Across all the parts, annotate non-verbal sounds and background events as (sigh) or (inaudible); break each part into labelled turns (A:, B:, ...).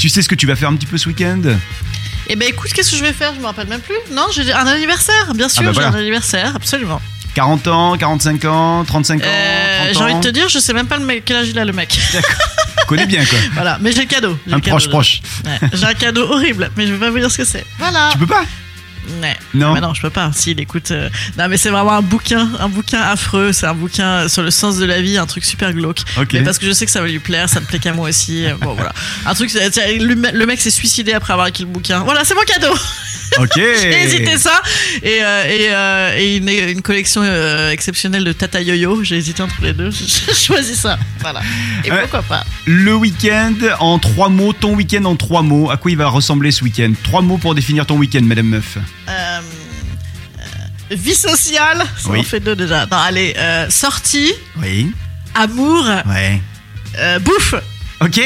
A: Tu sais ce que tu vas faire un petit peu ce week-end
B: Eh ben écoute, qu'est-ce que je vais faire Je me rappelle même plus. Non, j'ai un anniversaire, bien sûr,
A: bah voilà.
B: j'ai un anniversaire, absolument.
A: 40 ans, 45 ans, 35 ans,
B: Euh,
A: 30
B: j'ai
A: ans.
B: envie de te dire, je sais même pas le mec, quel âge il a le mec. (laughs)
A: Connais bien quoi.
B: voilà, mais j'ai le cadeau. j'ai
A: Un
B: (laughs) le cadeau.
A: proche proche.
B: Ouais, j'ai un cadeau horrible, mais je vais pas vous dire ce que c'est. Voilà.
A: Tu peux pas
B: Ouais.
A: Non.
B: Ah. Mais non, je peux pas. S'il écoute. euh, Non, mais c'est vraiment un bouquin, un bouquin affreux. C'est un bouquin sur le sens de la vie, un truc super glauque.
A: Ok.
B: Mais parce que je sais que ça va lui plaire, ça me plaît qu'à moi aussi. euh, Bon, voilà. Un truc. c'est- tiens, Le me- le mec s'est suicidé après avoir acquis le bouquin. Voilà, c'est mon cadeau.
A: Ok.
B: (laughs) J'ai hésité ça. Et, euh, et, euh, et une, une collection euh, exceptionnelle de Tata Yo-Yo. J'ai hésité entre les deux. (laughs) J'ai choisi ça. Voilà. Et
A: Ouais.
B: pourquoi pas
A: Le week-end en trois mots, ton week-end en trois mots. À quoi il va ressembler ce week-end Trois mots pour définir ton week-end, Madame Meuf.
B: Euh, euh, Vie sociale, ça
A: Oui.
B: en fait deux déjà. Non, allez, euh, sortie,
A: Oui.
B: amour,
A: Ouais.
B: Euh, bouffe.
A: Ok.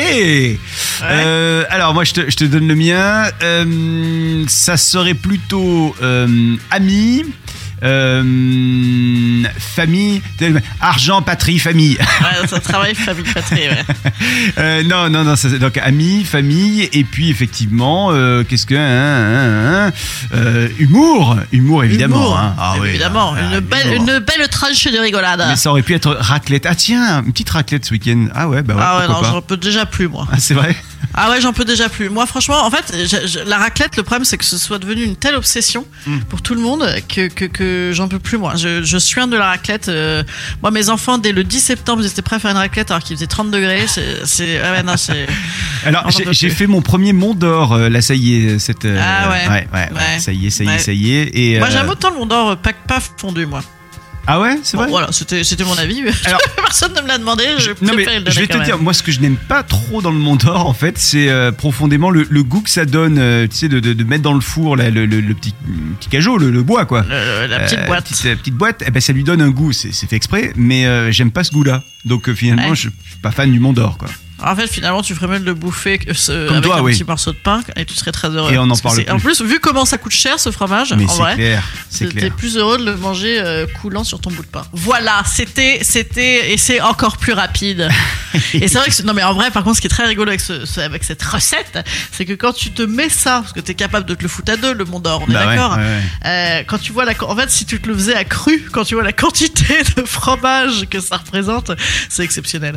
A: Euh, alors moi je te, je te donne le mien. Euh, ça serait plutôt euh, amis, euh, famille, argent, patrie, famille.
B: Ouais, ça travaille famille patrie. Ouais.
A: Euh, non, non, non, ça, c'est donc amis, famille, et puis effectivement, euh, qu'est-ce que. hein, hein, hein, euh, humour, humour (laughs) évidemment.
B: Humour,
A: hein. Ah oui,
B: évidemment,
A: ah,
B: une,
A: ah,
B: belle,
A: humour.
B: une belle tranche de rigolade.
A: Mais ça aurait pu être raclette. Ah tiens, une petite raclette ce week-end. Ah ouais, bah ouais,
B: ah ouais, non,
A: pourquoi
B: j'en
A: pas.
B: peux déjà plus, moi.
A: Ah, c'est vrai
B: Ah ouais, j'en peux déjà plus. Moi, franchement, en fait, je- je- la raclette, le problème, c'est que ce soit devenu une telle obsession
A: Mm.
B: pour tout le monde que, que, que j'en peux plus, moi. Je, je suinte de la raclette. euh, moi, mes enfants, dès le 10 septembre, ils étaient prêts à faire une raclette alors qu'il faisait 30 degrés. C'est. c'est- ah ouais, non, c'est.
A: Alors,
B: On
A: j'ai
B: en peut
A: j'ai
B: plus.
A: fait mon premier Mont d'Or, euh, là, ça y est. Cette, euh,
B: Ah
A: Ouais,
B: ouais.
A: ouais, ouais,
B: Ouais.
A: Ça y est, ça y est,
B: Ouais.
A: ça y est. (laughs) Et,
B: Moi,
A: euh,
B: j'aime autant le mondor pack paf fondu, moi.
A: Ah ouais, c'est
B: Bon,
A: vrai
B: voilà, c'était c'était mon avis.
A: Alors-
B: (laughs) Personne ne me l'a demandé. (laughs) Je,
A: Non mais
B: préfère le donner
A: je vais
B: quand
A: te
B: même.
A: dire, moi ce que je n'aime pas trop dans le Mont d'Or en fait, c'est euh, profondément le, le goût que ça donne, euh, tu sais, de, de- de mettre dans le four là, le, le- le petit, petit cajot, le, le bois quoi.
B: Le- le- la petite
A: Euh,
B: boîte.
A: Petite, euh, petite boîte, eh ben, ça lui donne un goût, c'est c'est fait exprès, mais euh, j'aime pas ce goût-là. Donc euh, finalement,
B: Ouais.
A: je, je suis pas fan du Mont d'Or quoi.
B: En fait, finalement, tu ferais mieux de le bouffer que ce-
A: Comme
B: avec
A: toi,
B: un
A: oui.
B: petit morceau de pain et tu serais très heureux.
A: Et on en
B: Parce que
A: parle
B: c'est-
A: plus.
B: En plus, vu comment ça coûte cher ce fromage,
A: Mais
B: en
A: c'est
B: vrai,
A: clair, c'est
B: t'es
A: clair.
B: plus heureux de le manger euh, coulant sur ton bout de pain. Voilà, c'était, c'était, et c'est encore
A: (laughs)
B: plus rapide. et c'est vrai que, ce- non mais en vrai, par contre, ce qui est très rigolo avec, ce- ce- avec cette recette, c'est que quand tu te mets ça, parce que t'es capable de te le foutre à deux, le Mont d'Or,
A: Bah
B: on est
A: ouais,
B: d'accord.
A: ouais, ouais.
B: Euh, quand tu vois la, en fait, si tu te le faisais à cru, quand tu vois la quantité (laughs) de fromage que ça représente, c'est exceptionnel.